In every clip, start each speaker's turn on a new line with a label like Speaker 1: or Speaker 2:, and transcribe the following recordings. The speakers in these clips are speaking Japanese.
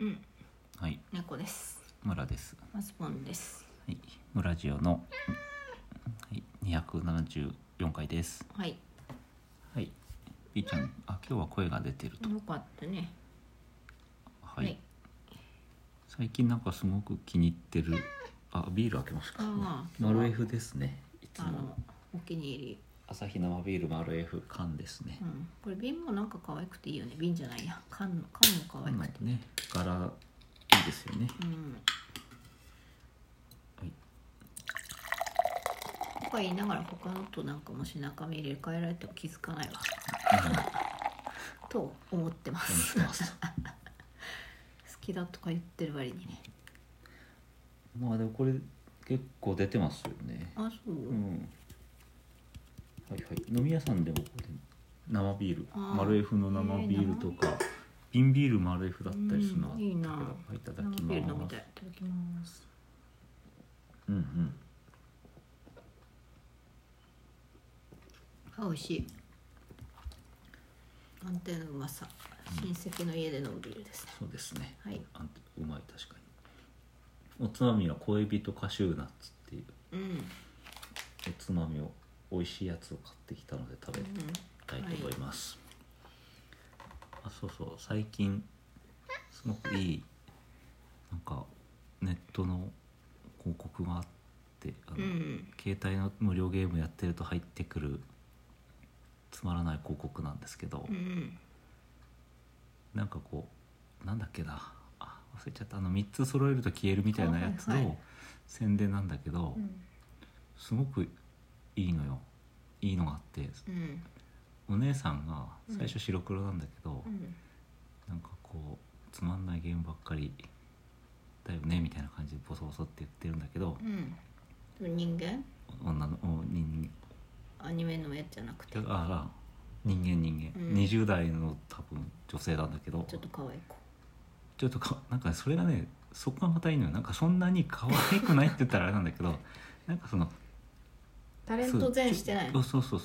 Speaker 1: うん、
Speaker 2: はい
Speaker 1: 猫です。
Speaker 2: 村です
Speaker 1: マスボンです。
Speaker 2: はい村ジオの、はい、274回です
Speaker 1: はい。
Speaker 2: はい B ちゃんあ今日は声が出てると
Speaker 1: よかったね。
Speaker 2: はい、最近なんかすごく気に入ってるあビール開けますか
Speaker 1: あー
Speaker 2: マルエフですねいつ
Speaker 1: あ
Speaker 2: も
Speaker 1: の、お気に入り。
Speaker 2: 朝日生ビールマルエフ缶ですね
Speaker 1: うん、これ瓶もなんか可愛くていいよね。瓶じゃないや。缶の、缶も可愛
Speaker 2: 缶
Speaker 1: く
Speaker 2: の
Speaker 1: て。
Speaker 2: ね柄いいですよね
Speaker 1: うん。
Speaker 2: はい
Speaker 1: とか言いながら、他のとなんかもし中身入れ替えられても気づかないわ。
Speaker 2: うん
Speaker 1: と思ってます。
Speaker 2: 思 ってます
Speaker 1: 好きだとか言ってる割にね。
Speaker 2: まあでもこれ結構出てますよね
Speaker 1: あ、そう。
Speaker 2: うんはいはい飲み屋さんでもこれ生ビール
Speaker 1: あー
Speaker 2: マルエフの生ビールとか瓶ビールマルエフだったりするのあ
Speaker 1: う
Speaker 2: っ
Speaker 1: ん
Speaker 2: た
Speaker 1: いいな
Speaker 2: けどいただ
Speaker 1: 生
Speaker 2: き
Speaker 1: ビール飲み
Speaker 2: ま
Speaker 1: たい。い
Speaker 2: す
Speaker 1: ただきます。
Speaker 2: うんうん
Speaker 1: あ美味しい安定のうまさ親戚の家で飲むビールですね、
Speaker 2: そうですね
Speaker 1: はい
Speaker 2: あんうまい確かにおつまみは小エビとカシューナッツっていう
Speaker 1: うん、うん、
Speaker 2: おつまみを美味しいやつを買ってきたので食べたいと思います、あそうそう最近すごくいいなんかネットの広告があってあの、
Speaker 1: うん
Speaker 2: 携帯の無料ゲームやってると入ってくるつまらない広告なんですけど、
Speaker 1: うん
Speaker 2: なんかこうなんだっけなあ忘れちゃったあの3つ揃えると消えるみたいなやつ
Speaker 1: あはいは
Speaker 2: の
Speaker 1: い
Speaker 2: 宣伝なんだけど、
Speaker 1: うん
Speaker 2: すごくいいのよいいのがあって
Speaker 1: うん
Speaker 2: お姉さんが最初白黒なんだけど、
Speaker 1: うん
Speaker 2: なんかこうつまんないゲームばっかりだよねみたいな感じでボソボソって言ってるんだけど、
Speaker 1: うん人間
Speaker 2: 女のお人
Speaker 1: アニメのやつじゃなくて
Speaker 2: ああ人間人間、
Speaker 1: うん
Speaker 2: 20代の多分女性なんだけど
Speaker 1: ちょっと可愛い子
Speaker 2: ちょっとかなんかねそれがねそこがまたいいのよなんかそんなに可愛くないって言ったらあれなんだけど なんかその
Speaker 1: タレント全してない
Speaker 2: そうそうそう
Speaker 1: お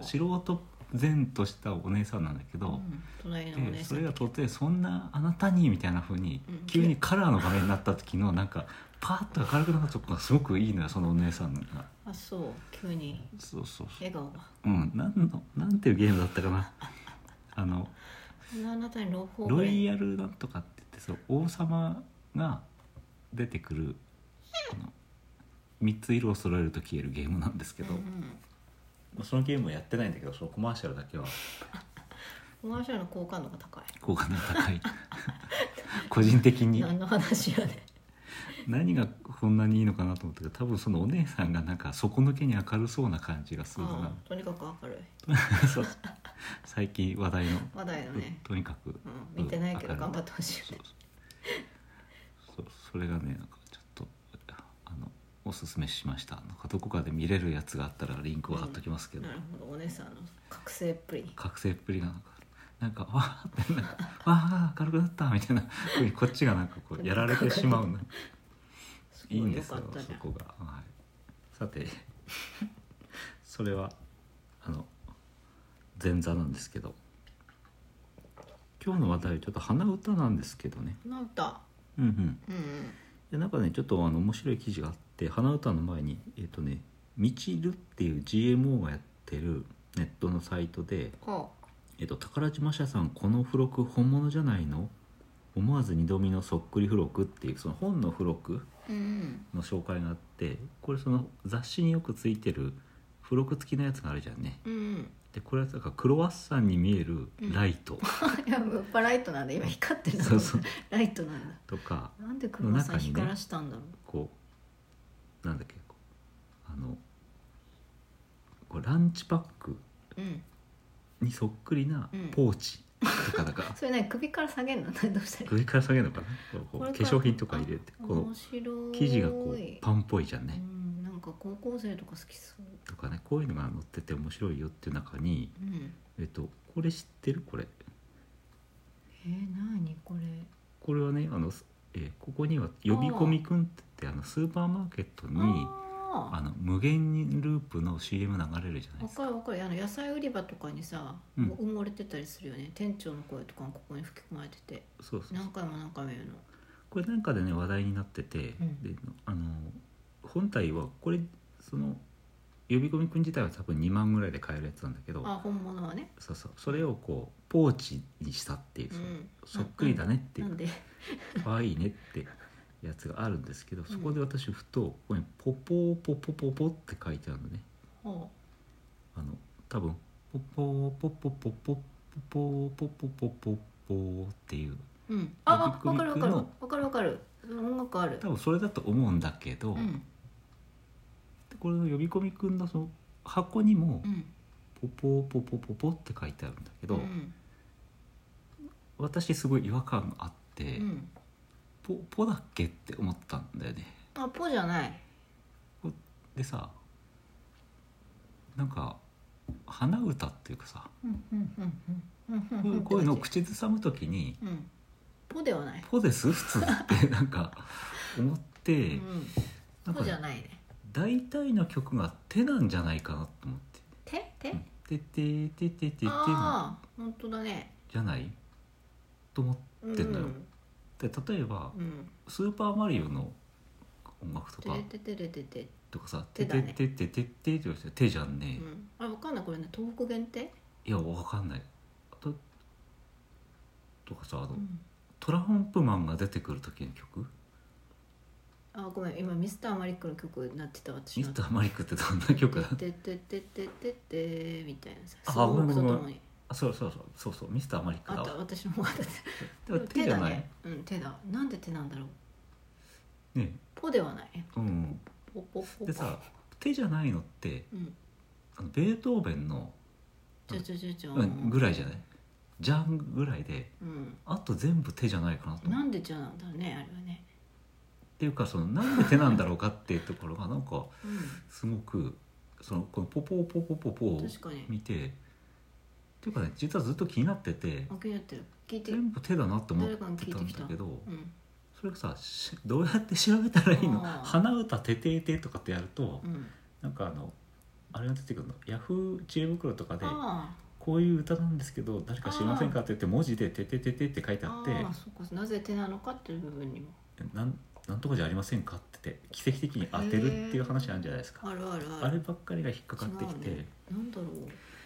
Speaker 2: そう
Speaker 1: う
Speaker 2: 素人善としたお姉さんなんだけど、
Speaker 1: うん隣のお姉
Speaker 2: で
Speaker 1: さ
Speaker 2: そ
Speaker 1: ん
Speaker 2: れがとってそんなあなたにみたいな風に
Speaker 1: うん
Speaker 2: 急にカラーの場面になった時のなんかパーッと明るくなったとこがすごくいいのよそのお姉さんが
Speaker 1: あそう急に
Speaker 2: そうそうそう
Speaker 1: 笑顔が
Speaker 2: うんなんのなんていうゲームだったかなあの
Speaker 1: そんなあなたに朗報
Speaker 2: ロイ
Speaker 1: ヤ
Speaker 2: ヤルなんとかって言ってそう王様が出てくるこの3つ色を揃えると消えるゲームなんですけど、
Speaker 1: うん
Speaker 2: そのゲームはやってないんだけどそのコマーシャルだけは
Speaker 1: コマーシャルの好感度が高い
Speaker 2: 効果の高い 個人的に
Speaker 1: 何の話やね
Speaker 2: 何がこんなにいいのかなと思ったけど多分そのお姉さんがなんか底抜けに明るそうな感じがするの
Speaker 1: あ
Speaker 2: が
Speaker 1: あとにかく明るい
Speaker 2: そう最近 話題の、
Speaker 1: 話題のね
Speaker 2: とにか
Speaker 1: う
Speaker 2: く
Speaker 1: ん見てないけど
Speaker 2: うん明
Speaker 1: 頑
Speaker 2: るい
Speaker 1: 張ってほしいよ
Speaker 2: そ
Speaker 1: ね
Speaker 2: うそうそれがねなんかちょっとあのおすすめしましたなんかどこかで見れるやつがあったらリンクを貼っときますけど、
Speaker 1: なるほどお姉さんの覚醒っぷりに
Speaker 2: 覚醒っぷりがなんかなんかわーってなんかわー明るくなったみたいなふうにこっちがなんかこうやられてしまうの
Speaker 1: すご
Speaker 2: いいんです
Speaker 1: 良
Speaker 2: よ
Speaker 1: かったね
Speaker 2: そこが、はい、さて それはあの前座なんですけど今日の話題はちょっと鼻歌なんですけどね
Speaker 1: なんか
Speaker 2: うんうん
Speaker 1: うんうん
Speaker 2: でなんかねちょっとあの面白い記事があって花歌の前にえっ、とねみちるっていう GMO がやってるネットのサイトで
Speaker 1: はあ
Speaker 2: 「えっと宝島社さんこの付録本物じゃないの?」思わず二度見のそっくり付録っていうその本の付録
Speaker 1: うん
Speaker 2: の紹介があってこれその雑誌によくついてる付録付きのやつがあるじゃんね
Speaker 1: うんうん
Speaker 2: でこれはなんかクロワッサンに見えるライト
Speaker 1: いやもうパライトなんだ今光ってるの
Speaker 2: そうそう
Speaker 1: ライトなんだ
Speaker 2: とか
Speaker 1: なんで車さん
Speaker 2: 中にね
Speaker 1: 光らしたんだろう
Speaker 2: こうなんだっけこうあのこうランチパック
Speaker 1: うん
Speaker 2: にそっくりな
Speaker 1: うん
Speaker 2: ポーチとかなん か、
Speaker 1: それね首から下げるの どうしたらいい
Speaker 2: 上から下げるのかなこう
Speaker 1: こ
Speaker 2: こう
Speaker 1: れ
Speaker 2: 化
Speaker 1: から
Speaker 2: 粧品とか入れて
Speaker 1: あ
Speaker 2: この
Speaker 1: 面白い
Speaker 2: 生地がこうパンっぽいじゃん
Speaker 1: う
Speaker 2: ね、
Speaker 1: んなんか高校生とか好きそう
Speaker 2: とかねこういうのが載ってて面白いよっていう中に
Speaker 1: うん
Speaker 2: えっとこれ知ってるこれ
Speaker 1: えー、なにこれ
Speaker 2: これはねあの、すえーここには呼び込みくんって言ってあのスーパーマーケットに
Speaker 1: あ
Speaker 2: あ
Speaker 1: あ
Speaker 2: の無限ループの CM 流れるじゃない
Speaker 1: わ
Speaker 2: ですか
Speaker 1: かるわかるあの野菜売り場とかにさ、
Speaker 2: うん
Speaker 1: 埋もれてたりするよね店長の声とかもここに吹き込まれてて
Speaker 2: そうそう
Speaker 1: 何回も何回も言うの
Speaker 2: これなんかでね話題になってて、
Speaker 1: うん
Speaker 2: であの本体はこれその呼び込みくん自体は多分2万ぐらいで買えるやつなんだけど
Speaker 1: あ本物はね
Speaker 2: そうそうそれをこうポーチにしたっていう、そう
Speaker 1: うん
Speaker 2: そっくりだねってい
Speaker 1: な
Speaker 2: うん
Speaker 1: で
Speaker 2: 可愛いねってやつがあるんですけどそこで私ふとここに「ポポーポポポポ」って書いてあるのね
Speaker 1: ほ
Speaker 2: あの多分「ポポーポポポポポポポポポポ」っていう
Speaker 1: ううんあ
Speaker 2: 呼
Speaker 1: わ
Speaker 2: び
Speaker 1: か
Speaker 2: 込
Speaker 1: るわ
Speaker 2: みく
Speaker 1: か
Speaker 2: ん
Speaker 1: る
Speaker 2: の
Speaker 1: わかるわかる音楽ある
Speaker 2: 多分それだと思うんだけど、
Speaker 1: うん
Speaker 2: これの呼び込みくんのその箱にも
Speaker 1: うん
Speaker 2: 「ポポーポポポポ」って書いてあるんだけど、
Speaker 1: うん
Speaker 2: 私すごい違和感があって「
Speaker 1: うん
Speaker 2: ポポだっけ?」って思ったんだよね。
Speaker 1: あポじゃない
Speaker 2: でさなんか鼻歌っていうかさ
Speaker 1: うんうんうんうんうん
Speaker 2: こう
Speaker 1: うん
Speaker 2: いうこういうのを
Speaker 1: って
Speaker 2: 口ずさむ時に
Speaker 1: 感じうんポではない
Speaker 2: 「ポです普通」ってなんか思っ
Speaker 1: う
Speaker 2: て
Speaker 1: ん
Speaker 2: なん
Speaker 1: ポじゃ
Speaker 2: か
Speaker 1: ないね
Speaker 2: 大体の曲が手なんじゃないかなと思って
Speaker 1: 手手
Speaker 2: 「てててててて」
Speaker 1: ああ本当だね
Speaker 2: じゃないと思っ
Speaker 1: うん
Speaker 2: てんだよ。て例えば
Speaker 1: うん
Speaker 2: 「スーパーマリオ」の音楽と
Speaker 1: て
Speaker 2: か
Speaker 1: れててれてて
Speaker 2: とかさ「て
Speaker 1: 手だ
Speaker 2: て
Speaker 1: ね
Speaker 2: てててて」って言われて「手じゃんねえ」
Speaker 1: うんあわかんないこれね東北限定
Speaker 2: いやわかんないあととかさあの、
Speaker 1: うん
Speaker 2: トランプマンが出てくる時の曲
Speaker 1: あごめん今ミスターマリックの曲になってた私
Speaker 2: ミ
Speaker 1: の
Speaker 2: スターマリックってどんな曲だ
Speaker 1: ててててててみたいなさ
Speaker 2: あ
Speaker 1: すごくと
Speaker 2: ごめんごめん
Speaker 1: ともに
Speaker 2: あそうそうそうそうそうミスターマリック
Speaker 1: あ
Speaker 2: だ
Speaker 1: った
Speaker 2: わ
Speaker 1: 私の方がだって
Speaker 2: でも手じゃ
Speaker 1: だ
Speaker 2: ない
Speaker 1: ねうん手だなんで手なんだろう
Speaker 2: ね
Speaker 1: ポではない
Speaker 2: うん
Speaker 1: ポポポ
Speaker 2: でさ手じゃないのって
Speaker 1: うん
Speaker 2: あのベートーベンの、
Speaker 1: ちょちょちょちょ
Speaker 2: うんぐらいじゃないジャンぐらいで
Speaker 1: うん
Speaker 2: あと全部手じゃないかなと思う
Speaker 1: な
Speaker 2: っ
Speaker 1: んでじゃなんだろうねあれはね
Speaker 2: ていうかそのなんで手なんだろうかっていうところがなんか
Speaker 1: う
Speaker 2: すごくそのこのポポポポポポを
Speaker 1: ん確かに
Speaker 2: 見てっていうかね実はずっと気になってて
Speaker 1: あ気になってる聞いて
Speaker 2: 全部手だなって思っ
Speaker 1: 誰かに
Speaker 2: て
Speaker 1: 聞い
Speaker 2: た
Speaker 1: て
Speaker 2: ん
Speaker 1: きた
Speaker 2: だけど
Speaker 1: うん
Speaker 2: それがさしどうやって調べたらいいの
Speaker 1: あー
Speaker 2: 鼻歌てててとかってやると、
Speaker 1: うん
Speaker 2: なんかあのあれが出てくるのヤフー知恵袋とかで
Speaker 1: あ
Speaker 2: こういう歌なんですけど誰か知りませんかって言って文字で「てててて」って書い
Speaker 1: ー
Speaker 2: てあ
Speaker 1: あ
Speaker 2: っ
Speaker 1: ー
Speaker 2: て
Speaker 1: そうかなぜ手なのかっていう部分にも
Speaker 2: 「なんなんとかじゃありませんか?」って言って奇跡的に当てるっていう話あるんじゃないですか。
Speaker 1: あるあるある
Speaker 2: あればっかりが引っかかってきて、
Speaker 1: 違うねなんだろう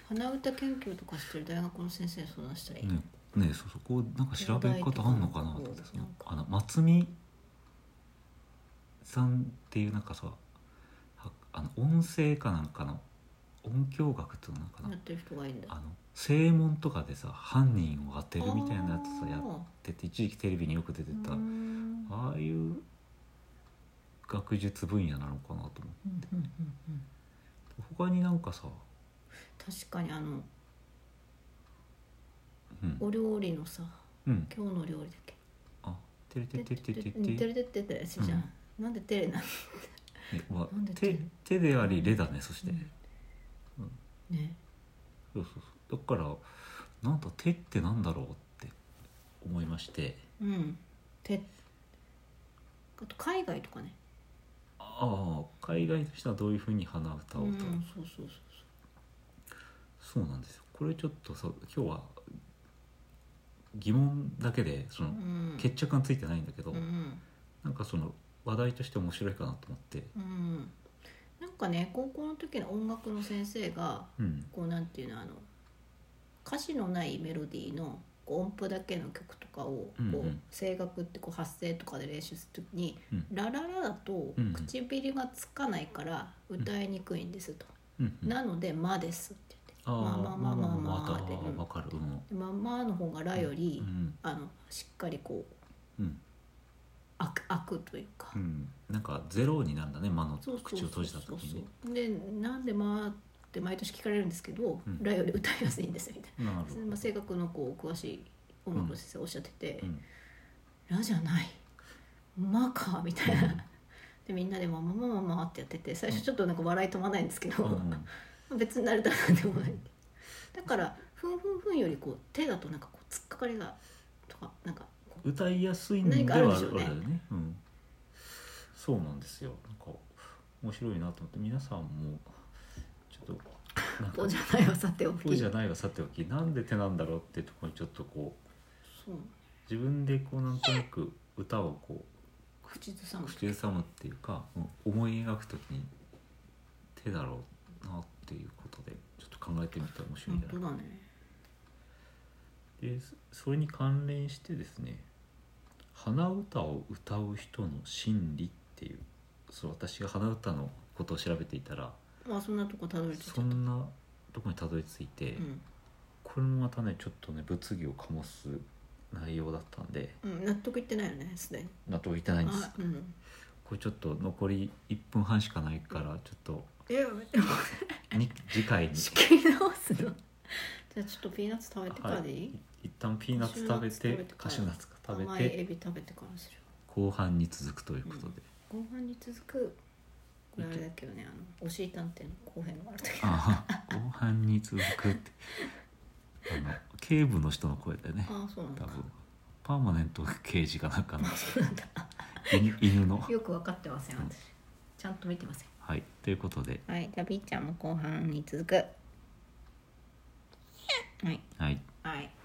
Speaker 1: 鼻歌研究とかしてる大学の先生に相談したらいい、
Speaker 2: ねねそうそうこうなんか調べ方あんのかなと思ってさ
Speaker 1: なんか
Speaker 2: あの松見さんっていうなんかさはあの音声かなんかの音響学っていうのなんかな、
Speaker 1: やってる人がいいんだ
Speaker 2: あの正門とかでさ犯人を当てるみたいなやつさやってて一時期テレビによく出てた、
Speaker 1: うーん
Speaker 2: ああいう学術分野なのかなと思
Speaker 1: うんうんうんうん
Speaker 2: う他になんかさ、
Speaker 1: 確かにあの
Speaker 2: うん
Speaker 1: お料理のさ
Speaker 2: うん、
Speaker 1: 今日の料理だっけ
Speaker 2: あてれてれてれてれてれ
Speaker 1: うん
Speaker 2: て
Speaker 1: てれ
Speaker 2: れ
Speaker 1: てってってやつじゃん、なんでテレなの
Speaker 2: ねわ
Speaker 1: なんで手
Speaker 2: 手手でありレだねそして。
Speaker 1: ね
Speaker 2: そうそうそうだからなんだ手ってなんだろうって思いまして
Speaker 1: うんてあと海外とかね
Speaker 2: ああ海外の人はどういうふうに鼻歌を歌う、
Speaker 1: うんそうそうそう
Speaker 2: そうなんですよこれちょっとさ今日は疑問だけでその
Speaker 1: そううん
Speaker 2: 決着がついてないんだけど、
Speaker 1: うん
Speaker 2: なんかその話題として面白いかなと思って
Speaker 1: うんなんかね高校の時の音楽の先生が
Speaker 2: うん
Speaker 1: こうなんていうのあの歌詞のないメロディーのこう音符だけの曲とかを
Speaker 2: うんうん
Speaker 1: こう声楽ってこう発声とかで練習するときに「
Speaker 2: うん
Speaker 1: ラララ」だと
Speaker 2: うんうん
Speaker 1: 唇がつかないから歌いにくいんですと
Speaker 2: うん
Speaker 1: 「
Speaker 2: うんあ
Speaker 1: なので「ま」です」って言って
Speaker 2: あ
Speaker 1: まあまあまあまあまあ
Speaker 2: また
Speaker 1: うん
Speaker 2: わかるうん
Speaker 1: 「でまあまあ」の方が「ラ」よ
Speaker 2: う
Speaker 1: り
Speaker 2: ん
Speaker 1: あのしっかりこう
Speaker 2: うん
Speaker 1: 開く開くというか
Speaker 2: う。んなんかゼロになるんだね間の
Speaker 1: そうそう
Speaker 2: 口を
Speaker 1: そ
Speaker 2: 閉
Speaker 1: う
Speaker 2: じた
Speaker 1: そう
Speaker 2: 時にね
Speaker 1: そうでなんで「ま」って毎年聞かれるんですけど
Speaker 2: う
Speaker 1: 「
Speaker 2: ん
Speaker 1: ラ」より歌いやすいんですみたい
Speaker 2: なるほど
Speaker 1: な、まあ、声楽のこう詳しい音楽の先生おっしゃってて、
Speaker 2: うん
Speaker 1: ラじゃないマかみたいな、でみんなで「マママママ」ってやってて最初ちょっとなんか笑い止まないんですけど、
Speaker 2: うんう ん
Speaker 1: 別に慣れたなんでもないだから「ふんふんふん」よりこう手だとなんかこう突っかかりがとかなんかこ
Speaker 2: 歌いやすいんではあるんだよね。うん、そうなんですよ。なんか面白いなと思って皆さんもちょっとなん
Speaker 1: こう
Speaker 2: か
Speaker 1: じゃないはさてお
Speaker 2: こう
Speaker 1: き
Speaker 2: じ
Speaker 1: そ
Speaker 2: ゃ
Speaker 1: う
Speaker 2: ないがさておきなんで手なんだろうってところにちょっとこう自分でこうなんとなく歌をこ
Speaker 1: 口ずさ
Speaker 2: う
Speaker 1: む
Speaker 2: 口ずさむっていうかうん思い描くときに手だろうなっていうことでちょっと考えてみたら面白いん
Speaker 1: 本
Speaker 2: じゃ
Speaker 1: 当
Speaker 2: ないか
Speaker 1: だね
Speaker 2: でそそれに関連してですね「鼻歌を歌う人の心理」っていうそう私が鼻歌のことを調べていたら
Speaker 1: まあそんなとこたどり着いち
Speaker 2: そ
Speaker 1: ゃった
Speaker 2: んなとこにたどり着いて、
Speaker 1: うん
Speaker 2: これもまたねちょっとね物議を醸す内容だったんで
Speaker 1: うん、納得いってないよねすでに
Speaker 2: 納得いってないんです
Speaker 1: あうん
Speaker 2: これちょっと残り1分半しかないからちょっと
Speaker 1: えでも
Speaker 2: に次回に
Speaker 1: 仕切り直す のじゃあちょっとピーナッツ食べてからでいい、
Speaker 2: い一旦ピーナッツ食べてカ
Speaker 1: カ
Speaker 2: シ
Speaker 1: シュ
Speaker 2: ューナ
Speaker 1: ナ
Speaker 2: ッツ食べ
Speaker 1: 甘い
Speaker 2: て
Speaker 1: エビ食べてからする
Speaker 2: 後半に続くということで、
Speaker 1: 後半に続くこれあれだけどねあのおしりたんていの後編がある時あ
Speaker 2: ああ後半に続くってあの警部の人の声だよね
Speaker 1: あそうなん
Speaker 2: 多
Speaker 1: だ
Speaker 2: 分パーマネント刑事かなんかの
Speaker 1: そうなんだ
Speaker 2: 犬犬の
Speaker 1: よく分かってません私ちゃんと見てません
Speaker 2: はいということで
Speaker 1: はいじゃあ B ちゃんも後半に続くはい
Speaker 2: はい
Speaker 1: はい